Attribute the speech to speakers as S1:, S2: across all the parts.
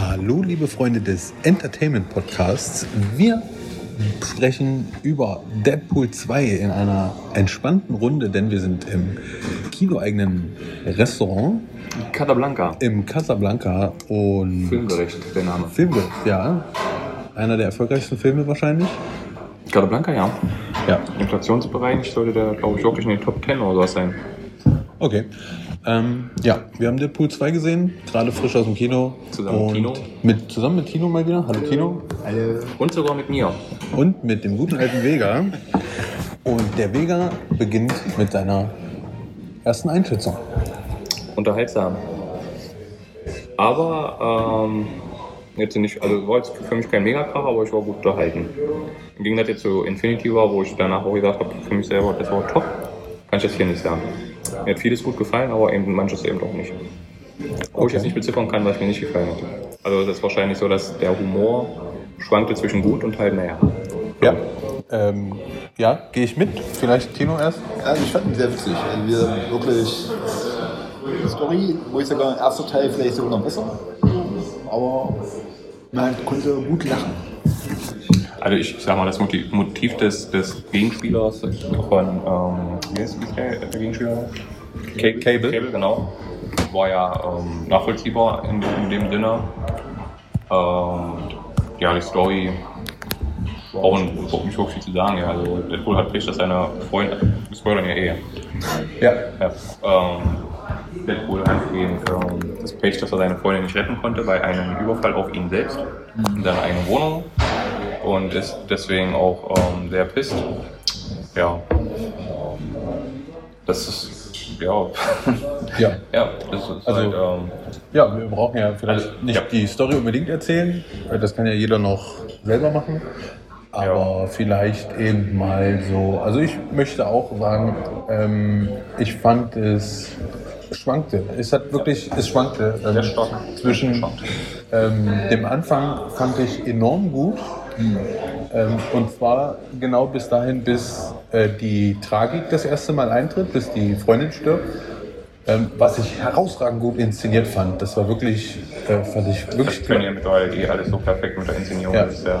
S1: Hallo, liebe Freunde des Entertainment Podcasts. Wir sprechen über Deadpool 2 in einer entspannten Runde, denn wir sind im kinoeigenen Restaurant
S2: Casablanca.
S1: im Casablanca und
S2: Filmgericht, der Name.
S1: Filme, ja. Einer der erfolgreichsten Filme wahrscheinlich.
S2: Casablanca, ja.
S1: Ja,
S2: Inflationsbereinigt sollte der, glaube ich, wirklich in den Top 10 oder sowas sein.
S1: okay. Ähm, ja, wir haben Deadpool 2 gesehen, gerade frisch aus dem Kino.
S2: Zusammen mit
S1: und
S2: Tino.
S1: Mit, zusammen mit Tino mal wieder. Hallo Tino.
S2: Und sogar mit mir.
S1: und mit dem guten alten Vega. Und der Vega beginnt mit seiner ersten Einschätzung.
S2: Unterhaltsam. Aber, ähm, jetzt nicht, also war jetzt für mich kein Megakracher, aber ich war gut unterhalten. Im Gegensatz jetzt zu Infinity War, wo ich danach auch gesagt habe, für mich selber, das war top, kann ich das hier nicht sagen. Mir hat vieles gut gefallen, aber eben manches eben auch nicht. Wo ich
S1: Okay.
S2: jetzt nicht beziffern kann, was mir nicht gefallen hat. Also das ist wahrscheinlich so, dass der Humor schwankte zwischen gut und halt, naja.
S1: Ja. Ähm, ja, gehe ich mit. Vielleicht Tino erst.
S3: Also ich fand ihn sehr witzig. Also wir wirklich Story, wo ich sogar im ersten Teil vielleicht sogar noch besser. Aber man konnte gut lachen.
S2: Also ich sag mal, das Motiv, Motiv des, des Gegenspielers von, ähm, wie heißt der der Gegenspieler?
S1: Cable.
S2: Cable, genau. War ja ähm, nachvollziehbar in, in dem Sinne. Ähm, ja, die Story braucht nicht wirklich viel zu sagen. Ja. Also Deadpool hat Pech, dass seine Freunde, wir spoilern ja eh,
S1: Ja.
S2: ja, ähm, Deadpool hat eben ähm, das Pech, dass er seine Freundin nicht retten konnte bei einem Überfall auf ihn selbst in seiner eigenen Wohnung und ist deswegen auch ähm, sehr pisst. Ja. Das ist. Ja.
S1: Ja.
S2: ja, das ist
S1: Also-
S2: halt. Ähm,
S1: ja, wir brauchen ja vielleicht
S2: Also,
S1: nicht
S2: ja.
S1: die Story unbedingt erzählen. weil Das kann ja jeder noch selber machen. Aber vielleicht eben mal so. Also ich möchte auch sagen, ähm, ich fand es schwankte. Es hat wirklich, es schwankte. Ähm,
S2: Sehr stark.
S1: Zwischen ähm, dem Anfang fand ich enorm gut. Ähm, und zwar genau bis dahin, bis äh, die Tragik das erste Mal eintritt, bis die Freundin stirbt. Ähm, was ich herausragend gut inszeniert fand. Das war wirklich, äh, fand ich wirklich
S2: können ja mittlerweile eh alles so perfekt mit der Inszenierung.
S1: Ja.
S2: Das ist ja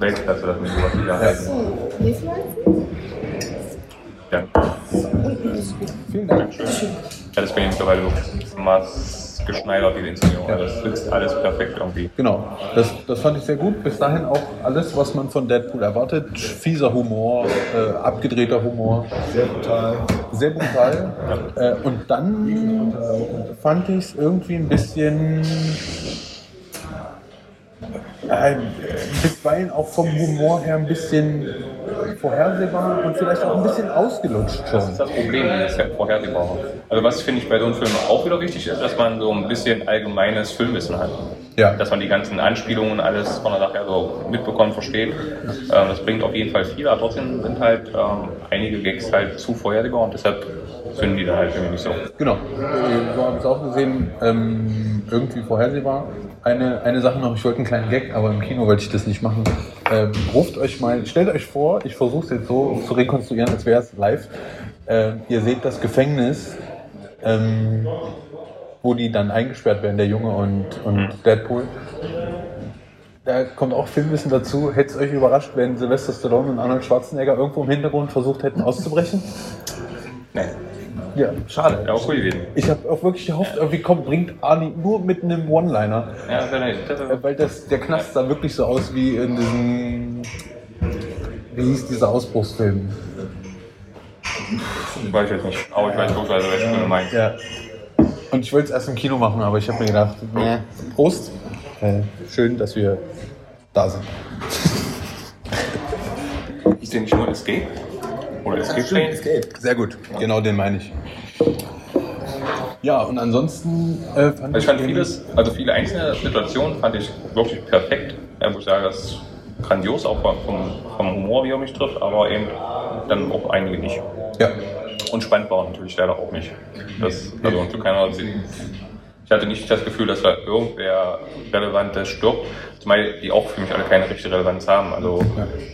S2: Weltklasse, dass wir sowas wieder halten.
S4: Nächstes Mal?
S2: Ja.
S1: Vielen Dank.
S2: Ja, das bin ich mittlerweile wirklich maßgeschneidert, diese Inszenierung.
S1: Ja.
S2: Also das sitzt alles perfekt irgendwie.
S1: Genau, das, das fand ich sehr gut. Bis dahin auch alles, was man von Deadpool erwartet. Fieser Humor, äh, abgedrehter Humor,
S3: Sehr brutal.
S1: sehr brutal. Äh, und dann fand ich es irgendwie ein bisschen. Äh, bisweilen auch vom Humor her ein bisschen vorhersehbar und vielleicht auch ein bisschen ausgelutscht
S2: Das
S1: schon.
S2: ist das Problem, das ist vorhersehbar. Also was finde ich bei so einem Film auch wieder wichtig ist, dass man so ein bisschen allgemeines Filmwissen hat.
S1: Ja.
S2: Dass man die ganzen Anspielungen und alles von der Sache her so mitbekommt, versteht. Ähm, das bringt auf jeden Fall viel, aber trotzdem sind halt ähm, einige Gags halt zu vorhersehbar und deshalb finden die dann halt irgendwie nicht so.
S1: Genau, äh, so habe ich es auch gesehen. Ähm, irgendwie vorhersehbar. Eine, eine Sache noch, ich wollte einen kleinen Gag, aber im Kino wollte ich das nicht machen. Ähm, ruft euch mal, stellt euch vor, ich versuche es jetzt so zu rekonstruieren, als wäre es live. Ähm, ihr seht das Gefängnis, ähm, wo die dann eingesperrt werden, der Junge und, und Deadpool. Da kommt auch Filmwissen dazu. Hätte es euch überrascht, wenn Sylvester Stallone und Arnold Schwarzenegger irgendwo im Hintergrund versucht hätten auszubrechen?
S2: Nee.
S1: Ja, schade.
S2: Ja, auch cool gewesen.
S1: Ich habe auch wirklich gehofft, irgendwie kommt, bringt Arnie nur mit einem One-Liner.
S2: Ja, sehr nett. Das
S1: Äh,
S2: ist-
S1: Weil das, der Knast sah wirklich so aus wie in diesem. Wie hieß dieser Ausbruchsfilm?
S2: weiß ich jetzt nicht. Aber ich weiß wirklich, also, welche Filme meinst.
S1: Ja. Und ich wollte es erst im Kino machen, aber ich habe mir gedacht, nee. Prost. Äh, schön, dass wir da sind.
S2: Ist denn nicht nur Escape? Oder Escape Train?
S3: Escape.
S1: Sehr gut. Genau den meine ich. Ja, und ansonsten äh, fand
S2: Also ich fand vieles, also viele einzelne Situationen fand ich wirklich perfekt. Ja, wo ich sage, das ist grandios, auch vom, vom Humor, wie er mich trifft, aber eben dann auch einige nicht.
S1: Ja.
S2: Und spannend war natürlich leider auch nicht. Das, also zu keiner Ich hatte nicht das Gefühl, dass da irgendwer Relevantes stirbt, zumal die auch für mich alle keine richtige Relevanz haben. Also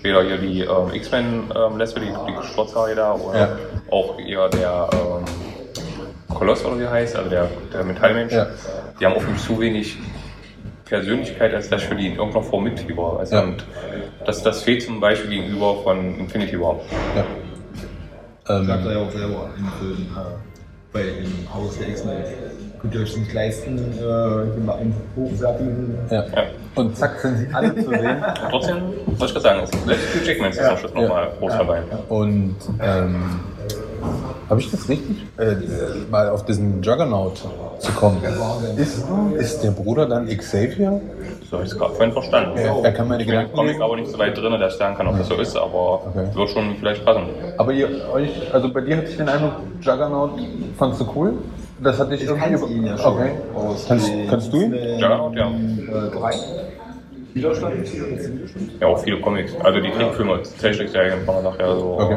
S2: weder hier die ähm, X-Men-Lesbe, die, die Schwarzhaarige da, oder
S1: Ja.
S2: auch eher der ähm, Koloss oder wie er heißt, also der, der Metallmensch.
S1: Ja.
S2: Die haben auch für mich zu wenig Persönlichkeit als das Spiel in irgendeiner Form mitfieber. Also
S1: Ja.
S2: und das, das fehlt zum Beispiel gegenüber von Infinity War.
S1: Ja.
S4: Sagt
S1: Ähm,
S4: er ja auch selber im Film, äh, bei dem Haus der X-Men. Könnt ihr euch nicht leisten, äh, hier mal einen hochwertigen.
S1: ja.
S2: Ja.
S1: Und zack sind sie alle zu sehen.
S2: Und trotzdem, was ich gerade sagen, ist, selbst Hugh Jackman ist
S4: Ja.
S2: am Schluss nochmal groß dabei.
S1: Und ähm, habe ich das richtig? Äh, mal auf diesen Juggernaut zu kommen. Ist, ist der Bruder dann Xavier?
S2: So habe ich es gerade vorhin verstanden.
S1: Er, er kann meine
S2: Ich bin im
S1: Gedanken
S2: Comic
S1: lesen.
S2: aber nicht so weit drin, dass ich sagen kann, ob das so ist, aber
S1: Okay.
S2: wird schon vielleicht passen.
S1: Aber ihr euch, also bei dir hatte ich den Eindruck, Juggernaut fandst du cool? Das hatte ich,
S4: Ich
S1: irgendwie.
S4: kannte ihn ja schon.
S1: Okay.
S4: Aus
S1: Kannst,
S4: den
S1: kannst du ihn?
S4: X-Men,
S2: Ja, ja.
S4: Äh, drei. Widerstand? Widerstand?
S2: Ja, auch viele Comics. Also die Trickfilme, Zeichentrickserien kann man nachher so.
S1: Okay.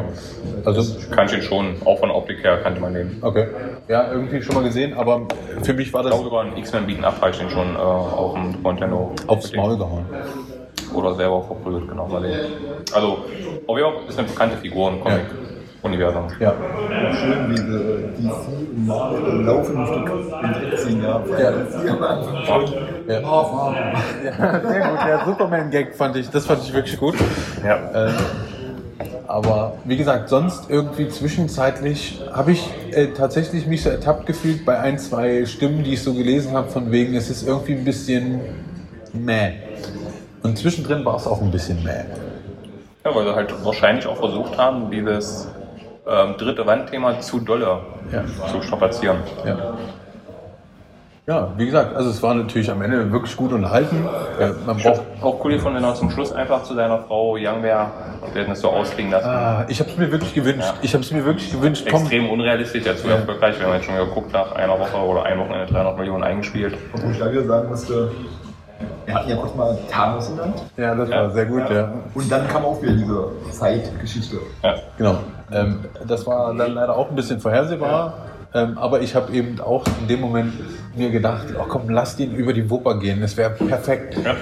S1: Also,
S2: Kann ich ihn schon, auch von der Optik her kannte man den.
S1: okay. Ja, irgendwie schon mal gesehen, aber für mich war
S2: Ich
S1: das
S2: glaube, über einen X-Men bieten ab, habe ich den schon äh, auf dem Nintendo.
S1: aufs Maul gehauen.
S2: Oder selber verprügelt, genau. Mal sehen. Also, auf jeden Fall ist eine bekannte Figur im Comic-Universum.
S1: Ja.
S4: Schön, wie sie DC und Marvel im laufenden Stück in 13 Jahren.
S1: Ja. ja. Sehr gut, der Superman-Gag fand ich, das fand ich wirklich gut.
S2: Ja.
S1: Ähm, aber wie gesagt, sonst irgendwie zwischenzeitlich habe ich äh, tatsächlich mich so ertappt gefühlt bei ein, zwei Stimmen, die ich so gelesen habe, von wegen, es ist irgendwie ein bisschen meh. Und zwischendrin war es auch ein bisschen meh.
S2: ja, weil sie halt wahrscheinlich auch versucht haben, dieses ähm, dritte Wandthema zu dolle
S1: Ja.
S2: zu strapazieren.
S1: Ja. ja, wie gesagt, also es war natürlich am Ende wirklich gut unterhalten. Äh, man braucht
S2: Auch cool von wenn er zum Schluss einfach zu seiner Frau Young wäre, wir hätten es so ausklingen lassen.
S1: Ah, ich habe es mir wirklich gewünscht.
S2: Ja.
S1: Ich habe es mir wirklich gewünscht. Äh, Komm,
S2: Extrem unrealistisch, dazu erfolgreich. Wir haben jetzt schon geguckt, nach einer Woche oder ein Wochenende 300 Millionen eingespielt.
S4: Obwohl ich leider sagen musste, er hat ihn ja kurz mal Thanos genannt.
S1: Ja, das war sehr gut, ja.
S4: Und dann kam auch wieder diese Zeitgeschichte.
S2: Ja.
S1: Genau. Ähm, das war dann leider auch ein bisschen vorhersehbar. Ähm, aber ich habe eben auch in dem Moment mir gedacht, oh komm, lass den über die Wupper gehen, das wäre perfekt.
S2: ja.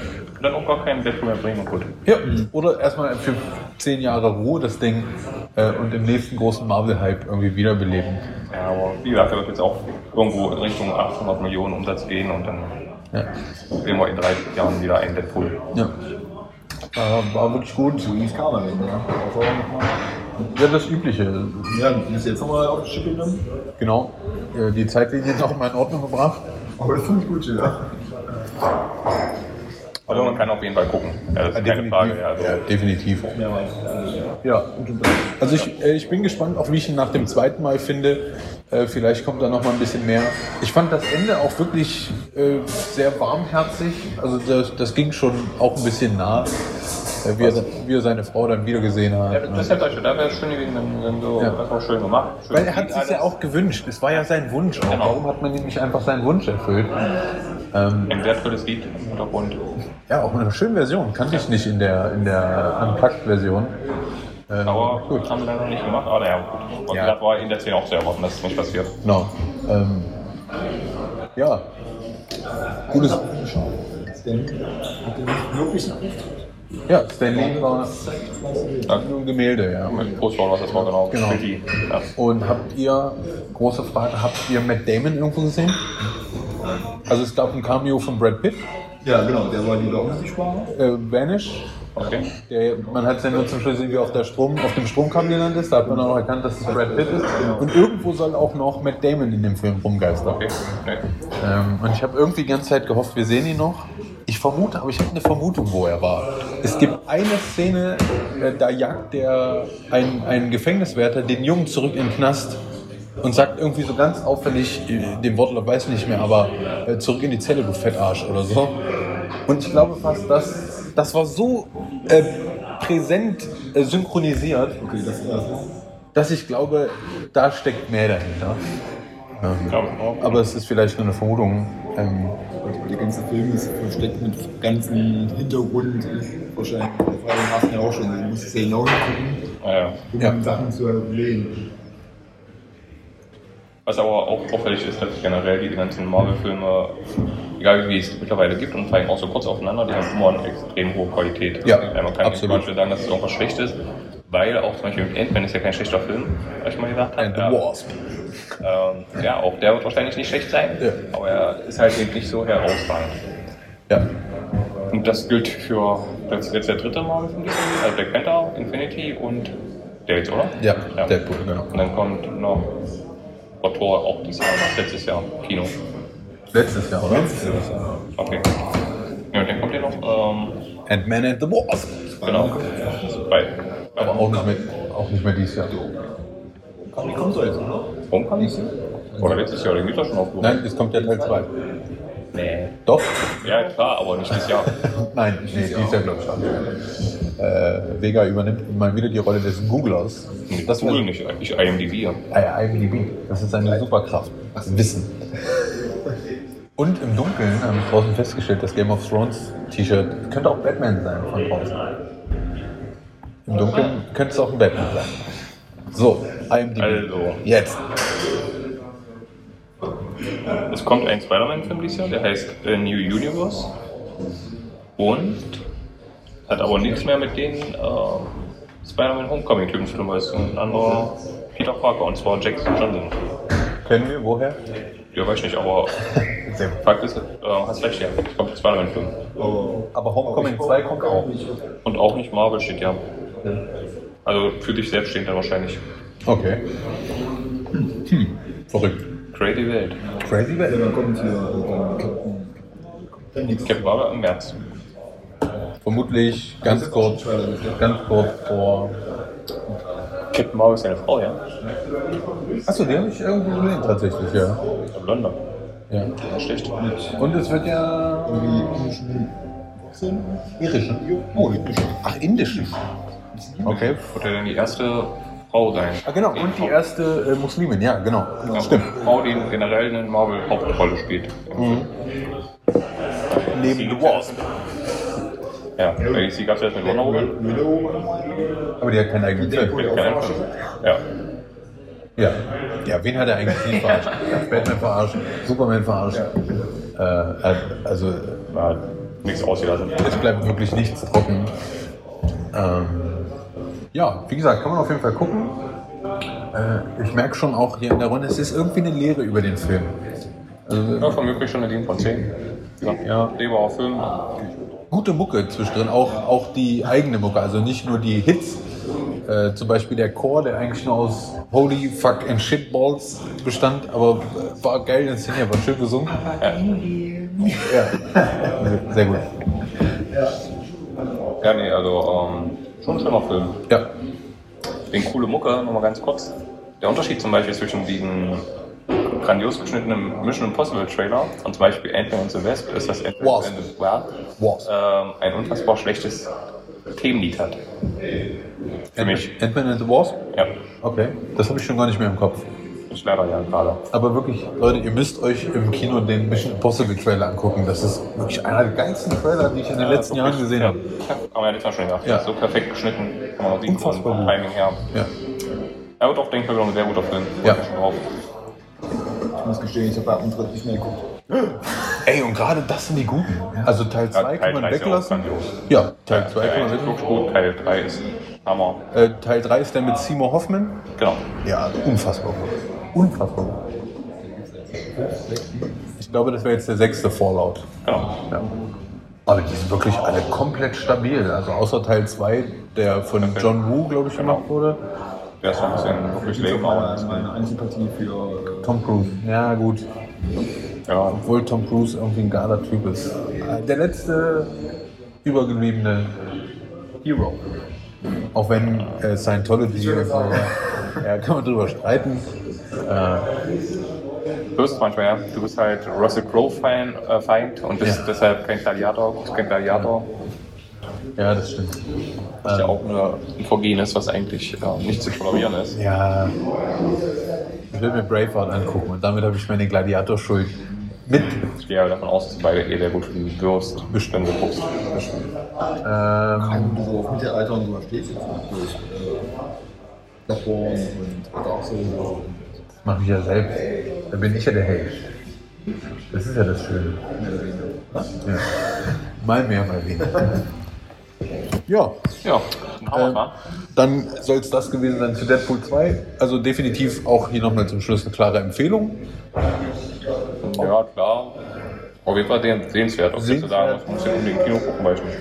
S2: Dann auch gar keinen Deadpool mehr bringen, gut.
S1: Ja, oder erstmal für zehn Jahre Ruhe das Ding äh, und im nächsten großen Marvel-Hype irgendwie wiederbeleben.
S2: Ja, aber wie gesagt, der wird jetzt auch irgendwo in Richtung 800 Millionen Umsatz gehen und dann
S1: Ja.
S2: sehen wir in 30 Jahren wieder einen Deadpool.
S1: ja. Äh, war wirklich gut.
S4: Julius kam am Ende. ne? Also nochmal.
S1: Ja, das Übliche.
S4: Ja, du bist jetzt nochmal auf die Schippe genommen.
S1: Genau. Äh, die Zeitlinie ist auch mal in Ordnung gebracht.
S4: Aber das fand ich gut, ja.
S2: Also man kann auf jeden Fall gucken. Ja, das ist keine Frage. Ja, also,
S1: ja, definitiv.
S4: Mehrmals.
S1: Ja, also ich, äh, ich bin gespannt, auch wie ich ihn nach dem zweiten Mal finde. Äh, vielleicht kommt da noch mal ein bisschen mehr. Ich fand das Ende auch wirklich äh, sehr warmherzig. Also das, das ging schon auch ein bisschen nah, äh, wie, er, wie er seine Frau dann wieder gesehen hat.
S2: Also-
S1: ne?
S2: ja, das hätte euch, da wäre es schön gewesen, wenn, wenn so,
S1: Ja.
S2: das war schön gemacht. Schön
S1: Weil er hat
S2: alles.
S1: es ja auch gewünscht. Es war ja sein Wunsch. Auch.
S2: Genau.
S1: Warum hat man ihm nicht einfach seinen Wunsch erfüllt? Ähm,
S2: Ein wertvolles Lied im Hintergrund.
S1: ja, auch eine schöne Version. Kannte ich nicht in der, in der Unplugged-Version. Ähm,
S2: Aber gut, haben sie leider nicht gemacht. Aber naja, gut. Und
S1: Ja.
S2: das war in der Szene auch zu erwarten, dass es nicht passiert.
S1: Genau. Ähm, ja. Gutes.
S4: Stan hat den wirklich einen Auftritt.
S1: Ja, Stanley war
S2: Ja.
S1: nur ein Gemälde, ja.
S2: Mit Postbauer, was das war genau.
S1: Genau.
S2: Graffiti. Ja.
S1: Und habt ihr, große Frage, habt ihr Matt Damon irgendwo gesehen? Also es gab ein Cameo von Brad Pitt,
S4: Ja, genau, der war die Laugensichtbare.
S1: äh, Vanish.
S2: Okay.
S1: Der, man hat es ja nur zum Schluss irgendwie auf, der Strom, auf dem Stromkabel genannt ist, da hat man auch noch erkannt, dass es Brad Pitt ist. Und irgendwo soll auch noch Matt Damon in dem Film rumgeistern.
S2: Okay. Nee.
S1: Ähm, und ich habe irgendwie die ganze Zeit gehofft, wir sehen ihn noch. Ich vermute, aber ich habe eine Vermutung, wo er war. Es gibt eine Szene, äh, da jagt der ein, ein Gefängniswärter den Jungen zurück in den Knast und sagt irgendwie so ganz auffällig, äh, den Wortlaut weiß ich nicht mehr, aber äh, zurück in die Zelle, du Fettarsch oder so. Und ich glaube fast, das, das war so äh, präsent äh, synchronisiert,
S4: Okay, das erste.
S1: dass ich glaube, da steckt mehr dahinter. Ähm,
S2: Ja.
S1: Aber es ist vielleicht nur eine Vermutung. Ähm,
S4: Der ganze Film ist versteckt mit ganzen Hintergrund. Ist wahrscheinlich, das war den Hafen ja auch schon. Du musst es ja genau gucken,
S2: Naja.
S4: um
S1: Ja.
S4: Sachen zu erwähnen.
S2: Was aber auch auffällig ist, dass generell die ganzen Marvel-Filme, egal wie es mittlerweile gibt und vor allem auch so kurz aufeinander, die haben immer eine extrem hohe Qualität.
S1: Ja,
S2: man kann nicht zum
S1: absolut.
S2: Beispiel sagen, dass es irgendwas schlecht ist, weil auch zum Beispiel mit Ant-Man ist ja kein schlechter Film, was ich mal gedacht habe.
S1: And the
S2: Ja.
S1: Wasp.
S2: Ähm, ja, auch der wird wahrscheinlich nicht schlecht sein,
S1: Ja.
S2: aber er ist halt eben nicht so herausragend.
S1: Ja.
S2: Und das gilt für, das ist jetzt der dritte Marvel von Disney, also Black Panther, Infinity und Dead, oder?
S1: Ja, Deadpool, genau.
S2: Und dann kommt noch Rotor, auch dieses Jahr, noch letztes Jahr, Kino.
S1: Letztes Jahr, oder?
S2: Okay. Ja, und dann kommt ja noch, ähm,
S1: Ant-Man and the Wasp.
S2: genau, bei, bei
S1: Aber auch nicht mehr, auch nicht mehr dieses Jahr.
S4: Wie kommt so jetzt, oder?
S2: Homecoming? Oder letztes Jahr, den gibt es schon auf
S1: Nein, es kommt ja Teil 2.
S2: Nee.
S1: Doch?
S2: Ja, klar, aber nicht dieses Jahr.
S1: Nein, nee, dieses Jahr glaube ich schon. Äh, Vega übernimmt mal wieder die Rolle des Googlers.
S2: Nee,
S1: Das
S2: das
S1: wär-
S2: Google nicht, ich IMDb.
S1: Ah ja, IMDb. Das ist seine Superkraft. Das Wissen. Und im Dunkeln habe ich draußen festgestellt, das Game of Thrones T-Shirt könnte auch Batman sein von draußen. Im Dunkeln könnte es auch ein Batman sein. So, IMDb.
S2: Also.
S1: Jetzt.
S2: Es kommt ein Spider-Man-Film dieses Jahr, der heißt äh, New Universe. Und hat aber nichts mehr mit den äh, Spider-Man Homecoming-Typen zu tun, weil es ein anderer Peter Parker und zwar Jackson Johnson.
S1: Kennen wir woher?
S2: Ja, weiß ich nicht, aber
S1: Sehr gut.
S2: Fakt ist, äh, hast recht, ja, es kommt ein Spider-Man-Film.
S1: Aber Homecoming 2 kommt auch.
S2: Und auch nicht Marvel steht ja. Also für dich selbst steht er wahrscheinlich.
S1: Okay. Hm. Verrückt.
S2: Crazy Welt.
S1: Crazy Welt.
S4: Dann kommt hier äh, Captain. Dann nix.
S2: Captain Marvel im März.
S1: Vermutlich ganz kurz, ganz kurz vor.
S2: Captain Marvel ist eine Frau, ja?
S1: Achso, die habe ich irgendwo gesehen tatsächlich, ja.
S2: London.
S1: ja.
S2: Schlecht.
S1: Und es wird ja irischen. Oh, irischen. Ach, indischen. Okay.
S2: Wird er denn die erste Frau sein?
S1: Ah, genau. Und die erste äh, Muslimin, ja, genau.
S2: Ja,
S1: Stimmt.
S2: Frau, die generell eine Marvel-Hauptrolle spielt.
S1: Neben The Wasp.
S2: Ja, bei DC gab es erst mit Wonder Woman.
S1: Aber die hat keinen eigenen Film.
S2: Mit keinem Film. Ja.
S1: Ja. Ja, wen hat er eigentlich nicht verarscht? Batman verarscht, Superman verarscht. Äh, also,
S2: Man hat nichts ausgelassen.
S1: es bleibt wirklich nichts trocken. Ähm, ja, wie gesagt, kann man auf jeden Fall gucken. Äh, ich merke schon auch hier in der Runde, es ist irgendwie eine Lehre über den Film. Also,
S2: Ja, von mir krieg ich schon eine 7 von 10.
S1: ja.
S2: Leberer Film.
S1: gute Mucke zwischendrin, auch, auch die eigene Mucke, also nicht nur die Hits. Äh, zum Beispiel der Chor, der eigentlich nur aus Holy Fuck and Shitballs bestand, aber äh, war geil inszeniert, war schön gesungen. Ja. Sehr- Sehr gut.
S2: Ja, nee, also ähm, schon ein schöner Film.
S1: Ja.
S2: Wegen coole Mucke, nochmal ganz kurz. Der Unterschied zum Beispiel zwischen diesem grandios geschnittenen Mission Impossible Trailer und zum Beispiel Ant-Man and the Wasp ist, dass Ant-Man
S1: Wasp.
S2: and the Wasp
S1: Wasp.
S2: ähm, ein unfassbar schlechtes Themenlied hat. Für mich.
S1: Ant- Ant-Man and the Wasp?
S2: Ja,
S1: Okay, das habe ich schon gar nicht mehr im Kopf.
S2: ist leider ja gerade.
S1: Aber wirklich, Leute, ihr müsst euch im Kino den Mission Impossible Trailer angucken. Das ist wirklich einer der geilsten Trailer, die ich in den letzten Jahren gesehen habe.
S2: Ja, haben wir ja letztes Mal schon gesagt.
S1: Ja.
S2: So perfekt geschnitten. Kann man auch sehen.
S1: Unfassbar
S2: vom
S1: gut.
S2: Timing her.
S1: Ja.
S2: Er wird auch, denke ich, wieder ein sehr guter Film.
S1: Ja.
S2: Freut mich schon drauf.
S4: Ich muss gestehen, ich habe bei Antritt nicht mehr geguckt.
S1: Ey, und gerade das sind die guten. Also Teil 2
S2: Teil
S1: kann man
S2: drei ist ja auch
S1: weglassen.
S2: grandios.
S1: Ja, Teil 2
S2: Teil
S1: kann
S2: 1
S1: man
S2: ist wirklich
S1: weglassen.
S2: gut, Teil 3 ist Hammer.
S1: Äh, Teil 3 ist der mit Seymour Hoffman.
S2: Genau.
S1: Ja, unfassbar gut. Unfassbar gut. Ich glaube, das wäre jetzt der sechste Fallout.
S2: genau.
S1: Ja. Aber die sind wirklich alle komplett stabil. Also außer Teil 2, der von John Woo, glaube ich, gemacht wurde.
S2: Der ist so ein bisschen wirklich Leben, aber
S4: Das war eine Antipathie für. äh,
S1: Tom Cruise. Ja, gut.
S2: ja.
S1: Obwohl Tom Cruise irgendwie ein geiler Typ ist. Äh, Der letzte übergebliebene Hero. Auch wenn äh, Scientology, ja, kann man drüber streiten.
S2: Du bist manchmal, ja. Du bist halt Russell Crowe-Feind äh, Feind und bist
S1: Ja.
S2: deshalb kein Gladiator, guckst kein Gladiator.
S1: Ja, das stimmt.
S2: Was
S1: Ähm.
S2: ja auch nur ein Vergehen ist, was eigentlich äh, nicht zu tolerieren ist.
S1: Ja. Ich will mir Braveheart angucken und damit habe ich meine Gladiator-Schuld mit.
S2: Ich gehe ja davon aus, dass du beide eh sehr gut wirst, wenn du guckst.
S1: Ähm,
S4: Wenn du so auf Mittelalter und sowas stehst, jetzt natürlich. Davor und oder auch so.
S1: mache ich ja selbst. Da bin ich ja der Held. Das ist ja das Schöne. Ja. Mal mehr, mal weniger. Ja,
S2: Ja, dann haben wir's
S1: Ähm,
S2: mal.
S1: Dann soll es das gewesen sein zu Deadpool 2. Also definitiv auch hier nochmal zum Schluss eine klare Empfehlung.
S2: Ja, klar. Auf jeden Fall seh- sehenswert, ob ich
S1: Sehenswert.
S2: sagen muss. Muss ich unbedingt im Kino gucken, weiß ich nicht.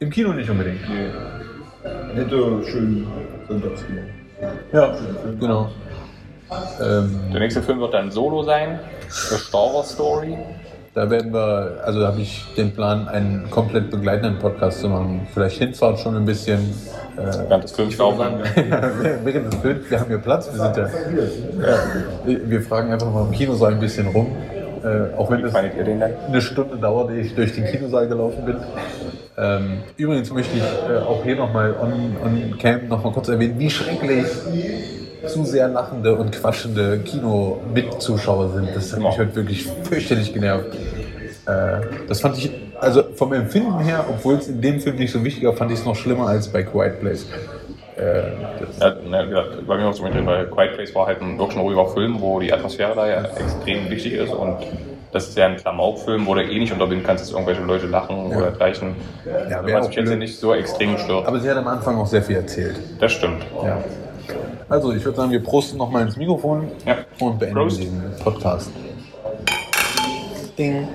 S1: Im Kino nicht unbedingt.
S4: Hätte schön Sonntagskino.
S1: Ja, genau. Ähm,
S2: Der nächste Film wird dann Solo sein. The Star Wars Story.
S1: da werden wir, also habe ich den Plan, einen komplett begleitenden Podcast zu machen. Vielleicht Hinfahrt schon ein bisschen. Äh,
S2: Während des Films laufen.
S1: während des Films, wir haben hier Platz, wir sind da. Ja, wir fragen einfach mal im Kinosaal ein bisschen rum. Äh, auch wenn
S2: Wie
S1: das
S2: fandet ihr den denn?
S1: eine Stunde dauert, ehe ich durch den Kinosaal gelaufen bin. Ähm, übrigens möchte ich äh, auch hier nochmal on, on cam nochmal kurz erwähnen, wie schrecklich zu sehr lachende und quatschende Kino-Mitzuschauer sind. Das hat mich heute wirklich fürchterlich genervt. Äh, das fand ich, also vom Empfinden her, obwohl es in dem Film nicht so wichtig war, fand ich es noch schlimmer als bei Quiet Place. Äh, das,
S2: Ja, ne, wie gesagt, bei mir war es zum Beispiel, weil Quiet Place war halt ein wirklich ein ruhiger Film, wo die Atmosphäre da ja extrem wichtig ist und das ist ja ein Klamauk-Film, wo du eh nicht unterbinden kannst, dass irgendwelche Leute lachen oder gleichen. Ja,
S1: wär
S2: man
S1: auch
S2: sich jetzt
S1: blöd.
S2: nicht so extrem gestört.
S1: aber sie hat am Anfang auch sehr viel erzählt.
S2: Das stimmt.
S1: Ja. Also, ich würde sagen, wir prosten nochmal ins Mikrofon
S2: Ja.
S1: und beenden
S2: Prost.
S1: diesen Podcast. Ding.